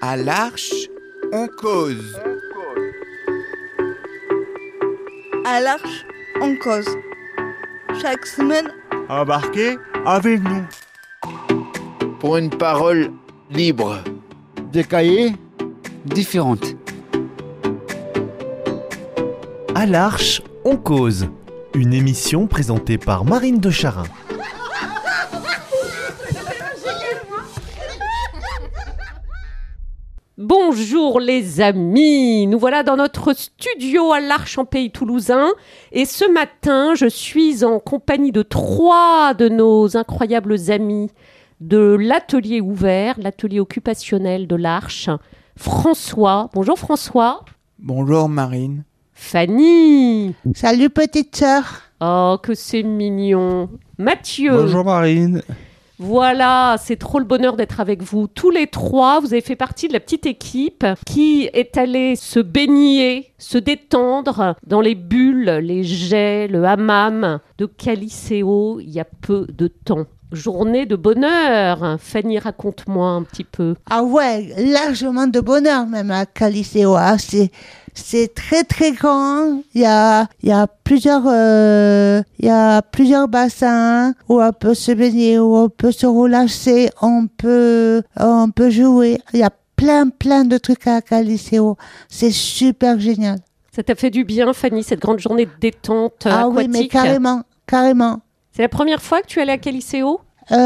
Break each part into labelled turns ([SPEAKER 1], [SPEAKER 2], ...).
[SPEAKER 1] À l'arche, on cause.
[SPEAKER 2] À l'arche, on cause. Chaque semaine,
[SPEAKER 3] Embarquez avec nous.
[SPEAKER 4] pour une parole libre.
[SPEAKER 5] Des cahiers
[SPEAKER 6] différentes. À l'Arche, on cause.
[SPEAKER 7] Une émission présentée par Marine de Charin.
[SPEAKER 8] Bonjour les amis, nous voilà dans notre studio à l'Arche en Pays Toulousain et ce matin je suis en compagnie de trois de nos incroyables amis de l'atelier ouvert, l'atelier occupationnel de l'Arche. François, bonjour François,
[SPEAKER 1] Bonjour Marine.
[SPEAKER 8] Fanny,
[SPEAKER 9] Salut petite sœur.
[SPEAKER 8] oh que c'est mignon, Mathieu,
[SPEAKER 10] Bonjour Marine.
[SPEAKER 8] Voilà, c'est trop le bonheur d'être avec vous. Tous les trois, vous avez fait partie de la petite équipe qui est allée se baigner, se détendre dans les bulles, les jets, le hammam de Caliceo il y a peu de temps. Journée de bonheur. Fanny, raconte-moi un petit peu.
[SPEAKER 9] Ah ouais, largement de bonheur même à Caliceo. hein. C'est c'est très très grand. hein. Il y a il y a plusieurs euh, il y a plusieurs bassins où on peut se baigner, où on peut se relâcher, on peut on peut jouer. Il y a plein plein de trucs à Caliceo. C'est super génial.
[SPEAKER 8] Ça t'a fait du bien, Fanny, cette grande journée de détente
[SPEAKER 9] ah oui,
[SPEAKER 8] Euh, aquatique.
[SPEAKER 9] mais carrément, carrément.
[SPEAKER 8] C'est la première fois que tu es allée à Caliceo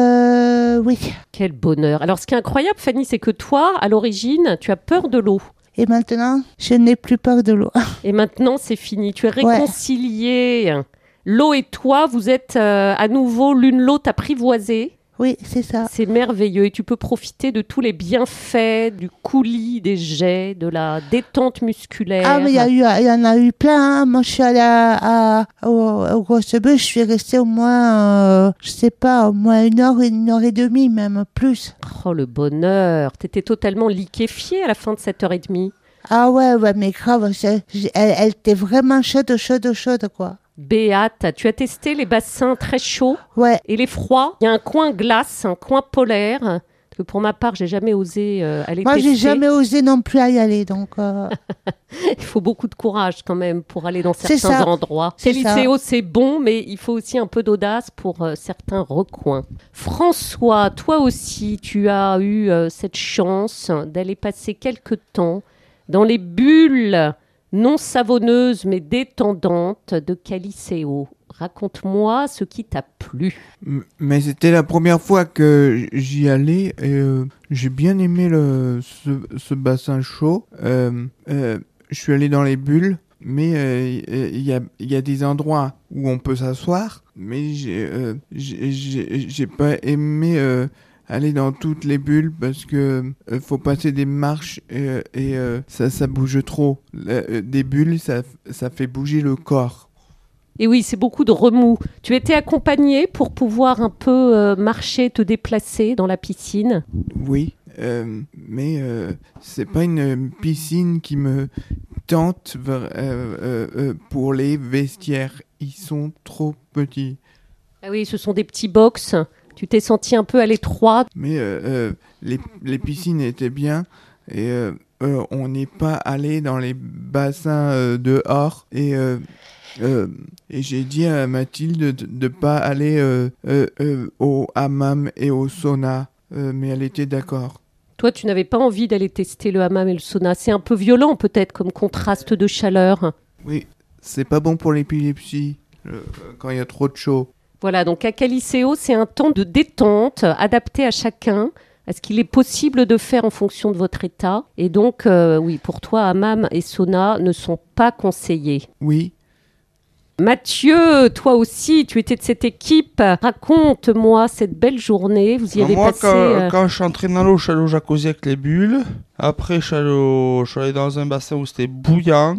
[SPEAKER 9] Euh, oui.
[SPEAKER 8] Quel bonheur. Alors, ce qui est incroyable, Fanny, c'est que toi, à l'origine, tu as peur de l'eau.
[SPEAKER 9] Et maintenant, je n'ai plus peur de l'eau.
[SPEAKER 8] Et maintenant, c'est fini. Tu es
[SPEAKER 9] Ouais.
[SPEAKER 8] réconcilié. L'eau et toi, vous êtes euh, à nouveau l'une l'autre apprivoisées.
[SPEAKER 9] Oui, c'est ça.
[SPEAKER 8] C'est merveilleux. Et tu peux profiter de tous les bienfaits du coulis, des jets, de la détente musculaire.
[SPEAKER 9] Ah, mais il y, a eu- il y en a eu plein. hein. Moi, je suis allée à, à- au, au Grosse Bœuf, je suis restée au moins, euh, je sais pas, au moins une heure, une heure et demie, même plus.
[SPEAKER 8] Oh, le bonheur. T'étais totalement liquéfié à la fin de cette heure et demie.
[SPEAKER 9] Ah ouais, ouais, mais grave, c'est- j'ai- elle, elle était vraiment chaude, chaude, chaude, quoi.
[SPEAKER 8] Béate, tu as testé les bassins très chauds
[SPEAKER 9] Ouais,
[SPEAKER 8] et les froids. Il y a un coin glace, un coin polaire. Que pour ma part, j'ai jamais osé euh, aller
[SPEAKER 9] moi,
[SPEAKER 8] tester.
[SPEAKER 9] j'ai jamais osé non plus à y aller, donc... euh,
[SPEAKER 8] Il faut beaucoup de courage quand même pour aller dans
[SPEAKER 9] C'est
[SPEAKER 8] certains
[SPEAKER 9] ça.
[SPEAKER 8] endroits.
[SPEAKER 9] C'est
[SPEAKER 8] Célicéo, c'est bon, mais il faut aussi un peu d'audace pour euh, certains recoins. François, toi aussi, tu as eu euh, cette chance d'aller passer quelques temps dans les bulles non savonneuses mais détendantes de Calicéo. Raconte-moi ce qui t'a plu.
[SPEAKER 1] M- Mais c'était la première fois que j'y allais et euh, j'ai bien aimé le, ce, ce bassin chaud. Euh, euh, je suis allé dans les bulles, mais euh, il y, a, il y a des endroits où on peut s'asseoir, mais j'ai euh, j'ai- j'ai- j'ai pas aimé euh, aller dans toutes les bulles parce que euh, faut passer des marches euh, et, euh, ça, ça bouge trop. Le- euh, des bulles, ça, ça fait bouger le corps.
[SPEAKER 8] Et oui, c'est beaucoup de remous. Tu étais accompagné pour pouvoir un peu euh, marcher, te déplacer dans la piscine.
[SPEAKER 1] Oui, euh, mais euh, c'est pas une piscine qui me tente vra- euh, euh, euh, pour les vestiaires. Ils sont trop petits.
[SPEAKER 8] Ah oui, ce sont des petits box. Tu t'es senti un peu à l'étroit.
[SPEAKER 1] Mais euh, euh, les, les piscines étaient bien et euh, euh, on n'est pas allé dans les bassins euh, dehors. Et, euh, euh, et j'ai dit à Mathilde de- de pas aller euh, euh, euh, au hammam et au sauna. Euh, mais elle était d'accord.
[SPEAKER 8] Toi, tu n'avais pas envie d'aller tester le hammam et le sauna. C'est un peu violent peut-être comme contraste de chaleur.
[SPEAKER 1] C'est pas bon pour l'épilepsie euh, quand il y a trop de chaud.
[SPEAKER 8] Voilà, donc à Caliceo, c'est un temps de détente euh, adapté à chacun, à ce qu'il est possible de faire en fonction de votre état. Et donc, euh, oui, pour toi, hammam et sauna ne sont pas conseillés.
[SPEAKER 1] Oui,
[SPEAKER 8] Mathieu, toi aussi, tu étais de cette équipe. Raconte-moi cette belle journée. Vous y avez
[SPEAKER 10] Bah, Moi,
[SPEAKER 8] passé...
[SPEAKER 10] quand,
[SPEAKER 8] euh,
[SPEAKER 10] quand je suis entré dans l'eau, je suis allé au jacuzzi avec les bulles. Après, je suis allé, au- je suis allé dans un bassin où c'était bouillant,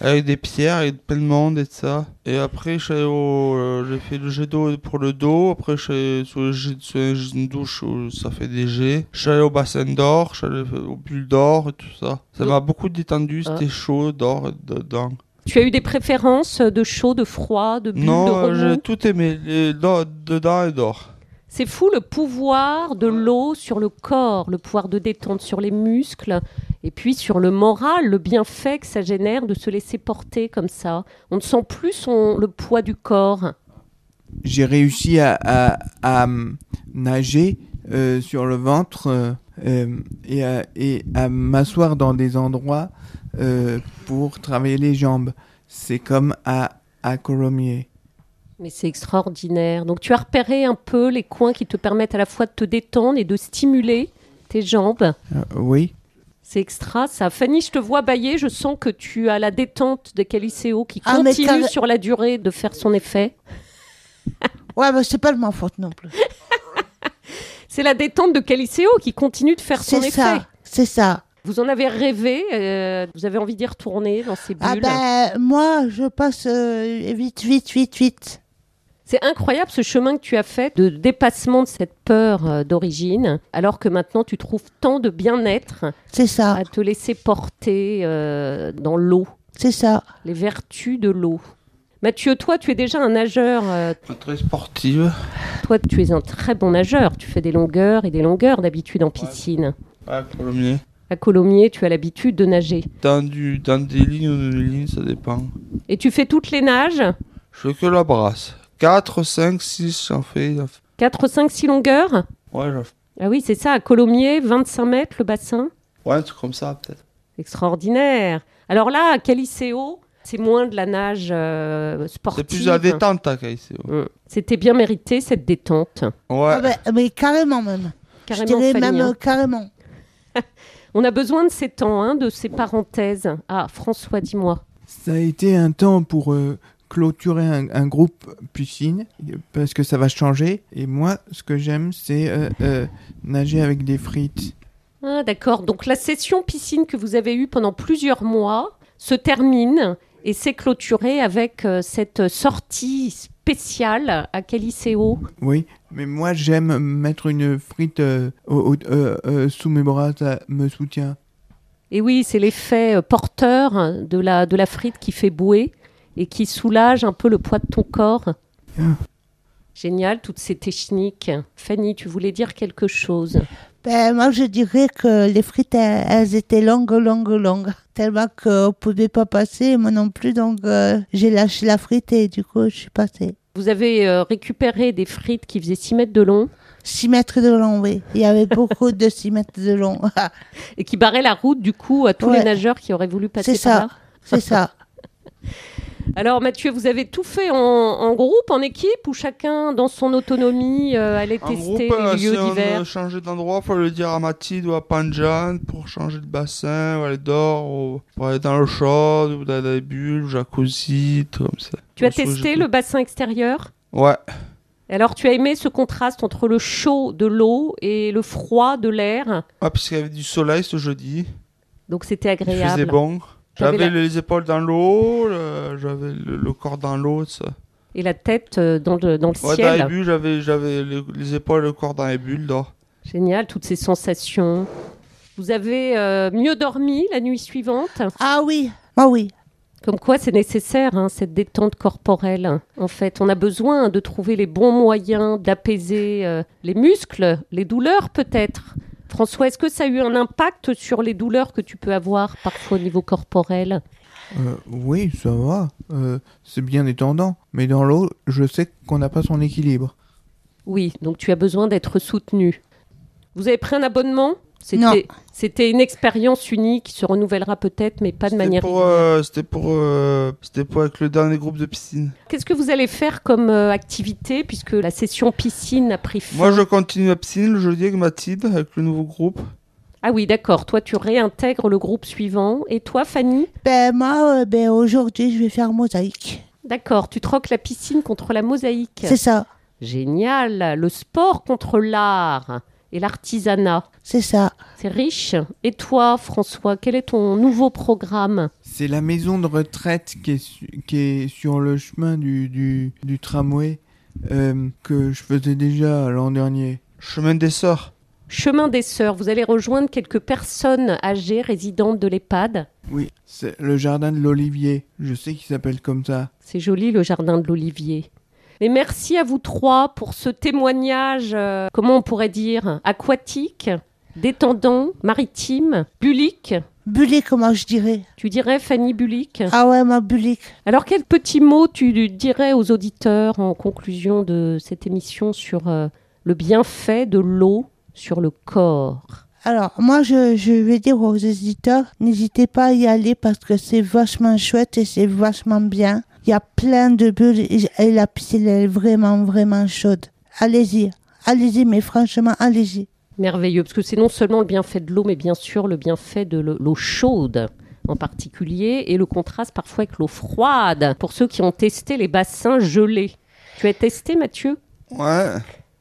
[SPEAKER 10] avec des pierres et plein de monde et tout ça. Et après, je suis allé au- euh, j'ai fait le jet d'eau pour le dos. Après, je suis allé sous le jet- sous un jet- une douche où ça fait des jets. Je suis allé au bassin d'or, je suis allé au bulles d'or et tout ça. Ça m'a beaucoup détendu,
[SPEAKER 8] Ah.
[SPEAKER 10] c'était chaud d'or et dedans.
[SPEAKER 8] Tu as eu des préférences de chaud, de froid, de bulle, de
[SPEAKER 10] Non,
[SPEAKER 8] remous
[SPEAKER 10] j'ai tout aimé, les- d'or- dedans et d'or.
[SPEAKER 8] C'est fou le pouvoir de l'eau sur le corps, le pouvoir de détente sur les muscles, et puis sur le moral, le bienfait que ça génère de se laisser porter comme ça. On ne sent plus son, le poids du corps.
[SPEAKER 1] J'ai réussi à, à- à, hum, nager euh, sur le ventre euh, euh, et à, et à m'asseoir dans des endroits euh, pour travailler les jambes. C'est comme à, à Colomiers.
[SPEAKER 8] Mais c'est extraordinaire. Donc tu as repéré un peu les coins qui te permettent à la fois de te détendre et de stimuler tes jambes.
[SPEAKER 1] Euh, oui,
[SPEAKER 8] C'est extra ça. Fanny, je te vois bailler, je sens que tu as la détente de Caliceo qui
[SPEAKER 9] Ah, mais
[SPEAKER 8] continue
[SPEAKER 9] carré-
[SPEAKER 8] sur la durée de faire son effet.
[SPEAKER 9] Ouais, mais c'est pas de ma faute non plus.
[SPEAKER 8] C'est la détente de Caliceo qui continue de faire son
[SPEAKER 9] C'est ça,
[SPEAKER 8] effet.
[SPEAKER 9] c'est ça.
[SPEAKER 8] Vous en avez rêvé, euh, vous avez envie d'y retourner dans ces bulles.
[SPEAKER 9] Ah ben, moi, je passe euh, vite, vite, vite, vite.
[SPEAKER 8] C'est incroyable ce chemin que tu as fait de dépassement de cette peur euh, d'origine, alors que maintenant tu trouves tant de bien-être
[SPEAKER 9] C'est ça,
[SPEAKER 8] à te laisser porter euh, dans l'eau,
[SPEAKER 9] c'est ça.
[SPEAKER 8] les vertus de l'eau. Mathieu, toi, tu es déjà un nageur. euh,
[SPEAKER 10] Très sportive.
[SPEAKER 8] Toi, tu es un très bon nageur. Tu fais des longueurs et des longueurs d'habitude en piscine.
[SPEAKER 10] Ah, Colomiers.
[SPEAKER 8] À Colomiers, tu as l'habitude de nager.
[SPEAKER 10] Dans, du, dans des lignes ou des lignes, ça dépend.
[SPEAKER 8] Et tu fais toutes les nages
[SPEAKER 10] Je fais que la brasse. 4, 5, 6, j'en fais. j'en fais.
[SPEAKER 8] 4, 5, 6 longueurs
[SPEAKER 10] Ouais, j'en fais.
[SPEAKER 8] Ah oui, c'est ça, à Colomiers, 25 mètres le bassin.
[SPEAKER 10] Ouais, un truc comme ça, peut-être.
[SPEAKER 8] Extraordinaire. Alors là, à Caliseo, c'est moins de la nage euh, sportive.
[SPEAKER 10] C'est plus la détente, t'as ici. Ouais.
[SPEAKER 8] Mm. C'était bien mérité, cette détente.
[SPEAKER 9] Ah
[SPEAKER 8] bah,
[SPEAKER 9] ben, mais carrément même.
[SPEAKER 8] Carrément,
[SPEAKER 9] je dirais
[SPEAKER 8] Fanny,
[SPEAKER 9] même
[SPEAKER 8] hein.
[SPEAKER 9] euh, carrément.
[SPEAKER 8] On a besoin de ces temps, hein, de ces parenthèses. Ah, François, dis-moi.
[SPEAKER 1] ça a été un temps pour euh, clôturer un, un groupe piscine parce que ça va changer. Et moi, ce que j'aime, c'est euh, euh, nager avec des frites.
[SPEAKER 8] Ah, d'accord. Donc la session piscine que vous avez eue pendant plusieurs mois se termine et s'est clôturée avec euh, cette sortie spéciale à Caliseo.
[SPEAKER 1] Oui, mais moi j'aime mettre une frite euh, au- au- euh, euh, sous mes bras, ça me soutient.
[SPEAKER 8] Et oui, c'est l'effet euh, porteur de la, de la frite qui fait bouer et qui soulage un peu le poids de ton corps.
[SPEAKER 1] Ah.
[SPEAKER 8] Génial, toutes ces techniques. Fanny, tu voulais dire quelque chose
[SPEAKER 9] Ben, moi, je dirais que les frites, elles, elles étaient longues, longues, longues. Tellement qu'on ne pouvait pas passer, moi non plus. Donc, euh, j'ai lâché la frite et du coup, je suis passée.
[SPEAKER 8] Vous avez euh, récupéré des frites qui faisaient 6 mètres de long
[SPEAKER 9] 6 mètres de long, oui. Il y avait beaucoup de 6 mètres de long. Ah,
[SPEAKER 8] et qui barrait la route du coup à tous
[SPEAKER 9] Ouais.
[SPEAKER 8] les nageurs qui auraient voulu passer
[SPEAKER 9] C'est
[SPEAKER 8] par
[SPEAKER 9] ça.
[SPEAKER 8] là.
[SPEAKER 9] C'est ça.
[SPEAKER 8] Alors Mathieu, vous avez tout fait en, en groupe, en équipe ou chacun dans son autonomie euh, allait
[SPEAKER 10] En groupe,
[SPEAKER 8] tester
[SPEAKER 10] euh,
[SPEAKER 8] les lieux
[SPEAKER 10] si on
[SPEAKER 8] divers
[SPEAKER 10] veut changer d'endroit, faut le dire à Mathilde ou à Panjan pour changer de bassin, ou aller dehors, ou pour aller dans l'eau chaude, ou dans les bulles, jacuzzi, tout comme ça.
[SPEAKER 8] Tu as
[SPEAKER 10] Moi, je trouve que
[SPEAKER 8] testé
[SPEAKER 10] j'ai-
[SPEAKER 8] le bassin extérieur
[SPEAKER 10] Ouais,
[SPEAKER 8] Et alors tu as aimé ce contraste entre le chaud de l'eau et le froid de l'air
[SPEAKER 10] Ah, parce qu'il y avait du soleil ce jeudi,
[SPEAKER 8] donc c'était
[SPEAKER 10] il faisait
[SPEAKER 8] agréable.
[SPEAKER 10] bon.
[SPEAKER 8] T'avais
[SPEAKER 10] J'avais
[SPEAKER 8] la-
[SPEAKER 10] les épaules dans l'eau, le- j'avais le, le corps dans l'eau, tout ça.
[SPEAKER 8] Et la tête euh, dans le, dans le
[SPEAKER 10] Ouais, bah, dans les
[SPEAKER 8] ciel.
[SPEAKER 10] bulles, j'avais j'avais le- les épaules et le corps dans les bulles, là.
[SPEAKER 8] Génial, toutes ces sensations. Vous avez euh, mieux dormi la nuit suivante
[SPEAKER 9] Ah oui. Ah oui.
[SPEAKER 8] Comme quoi, c'est nécessaire, hein, cette détente corporelle. En fait, on a besoin de trouver les bons moyens d'apaiser euh, les muscles, les douleurs peut-être. François, est-ce que ça a eu un impact sur les douleurs que tu peux avoir parfois au niveau corporel
[SPEAKER 1] Euh, oui, ça va, euh, c'est bien détendant. Mais dans l'eau, je sais qu'on n'a pas son équilibre.
[SPEAKER 8] Oui, donc tu as besoin d'être soutenu. Vous avez pris un abonnement C'était-
[SPEAKER 9] Non.
[SPEAKER 8] C'était une expérience unique qui se renouvellera peut-être, mais pas de
[SPEAKER 10] C'était
[SPEAKER 8] manière...
[SPEAKER 10] pour, euh, C'était pour, euh, c'était pour avec le dernier groupe de piscine.
[SPEAKER 8] Qu'est-ce que vous allez faire comme euh, activité, puisque la session piscine a pris fin
[SPEAKER 10] Moi, je continue la piscine le jeudi avec Mathilde, avec le nouveau groupe.
[SPEAKER 8] Ah oui, d'accord. Toi, tu réintègres le groupe suivant. Et toi, Fanny
[SPEAKER 9] Ben, moi, euh, ben, aujourd'hui, je vais faire mosaïque.
[SPEAKER 8] D'accord, tu troques la piscine contre la mosaïque.
[SPEAKER 9] C'est ça.
[SPEAKER 8] Génial, le sport contre l'art et l'artisanat.
[SPEAKER 9] C'est ça.
[SPEAKER 8] C'est riche. Et toi, François, quel est ton nouveau programme
[SPEAKER 1] C'est la maison de retraite qui est, su- qui est sur le chemin du, du, du tramway euh, que je faisais déjà l'an dernier.
[SPEAKER 10] Chemin des Sœurs.
[SPEAKER 8] Chemin des Sœurs, vous allez rejoindre quelques personnes âgées résidentes de l'EHPAD.
[SPEAKER 1] Oui, c'est le jardin de l'Olivier. Je sais qu'il s'appelle comme ça.
[SPEAKER 8] C'est joli le jardin de l'Olivier. Et merci à vous trois pour ce témoignage, euh, comment on pourrait dire, aquatique, détendant, maritime, bullique.
[SPEAKER 9] Bullique, comment je dirais.
[SPEAKER 8] Tu dirais Fanny Bullique
[SPEAKER 9] Ah ouais, ma bullique.
[SPEAKER 8] Alors quel petit mot tu dirais aux auditeurs en conclusion de cette émission sur euh, le bienfait de l'eau sur le corps
[SPEAKER 9] Alors, moi, je, je vais dire aux éditeurs, n'hésitez pas à y aller parce que c'est vachement chouette et c'est vachement bien. Il y a plein de bulles et, et la piscine elle est vraiment, vraiment chaude. Allez-y, allez-y, mais franchement, allez-y.
[SPEAKER 8] Merveilleux, parce que c'est non seulement le bienfait de l'eau, mais bien sûr le bienfait de l'e- l'eau chaude en particulier, et le contraste parfois avec l'eau froide, pour ceux qui ont testé les bassins gelés. Tu as testé, Mathieu
[SPEAKER 10] Ouais,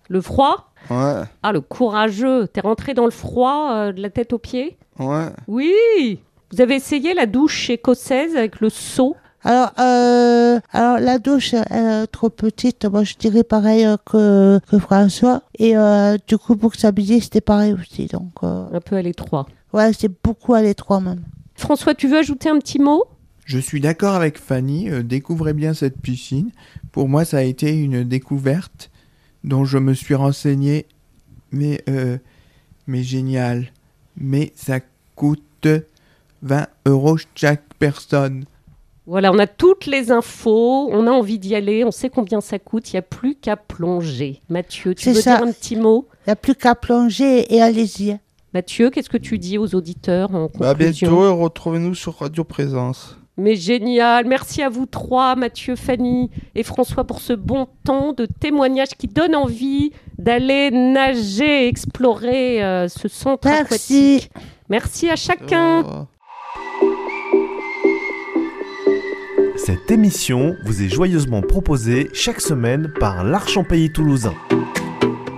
[SPEAKER 8] Le froid
[SPEAKER 10] ouais,
[SPEAKER 8] Ah, le courageux T'es rentré dans le froid euh, de la tête aux pieds
[SPEAKER 10] ouais.
[SPEAKER 8] Oui Vous avez essayé la douche écossaise avec le seau
[SPEAKER 9] Alors, euh, alors la douche elle est trop petite. Moi, je dirais pareil euh, que, que François. Et euh, du coup, pour s'habiller, c'était pareil aussi. Donc, euh,
[SPEAKER 8] un peu à l'étroit.
[SPEAKER 9] ouais, c'est beaucoup à l'étroit même.
[SPEAKER 8] François, tu veux ajouter un petit mot
[SPEAKER 1] Je suis d'accord avec Fanny, euh, découvrez bien cette piscine. Pour moi, ça a été une découverte dont je me suis renseigné, mais, euh, mais génial. Mais ça coûte 20 euros chaque personne.
[SPEAKER 8] Voilà, on a toutes les infos, on a envie d'y aller, on sait combien ça coûte, il n'y a plus qu'à plonger. Mathieu, tu
[SPEAKER 9] C'est
[SPEAKER 8] veux
[SPEAKER 9] ça.
[SPEAKER 8] dire un petit mot
[SPEAKER 9] Il n'y a plus qu'à plonger et allez-y.
[SPEAKER 8] Mathieu, qu'est-ce que tu dis aux auditeurs en
[SPEAKER 10] Bah, à
[SPEAKER 8] conclusion
[SPEAKER 10] bientôt et retrouvez-nous sur Radio Présence.
[SPEAKER 8] Mais génial, merci à vous trois, Mathieu, Fanny et François, pour ce bon temps de témoignage qui donne envie d'aller nager, explorer euh, ce centre
[SPEAKER 9] Merci.
[SPEAKER 8] aquatique. Merci à chacun.
[SPEAKER 10] Au revoir.
[SPEAKER 7] Cette émission vous est joyeusement proposée chaque semaine par l'Arche en Pays Toulousain.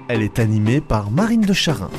[SPEAKER 7] Elle est animée par Marine de Charin.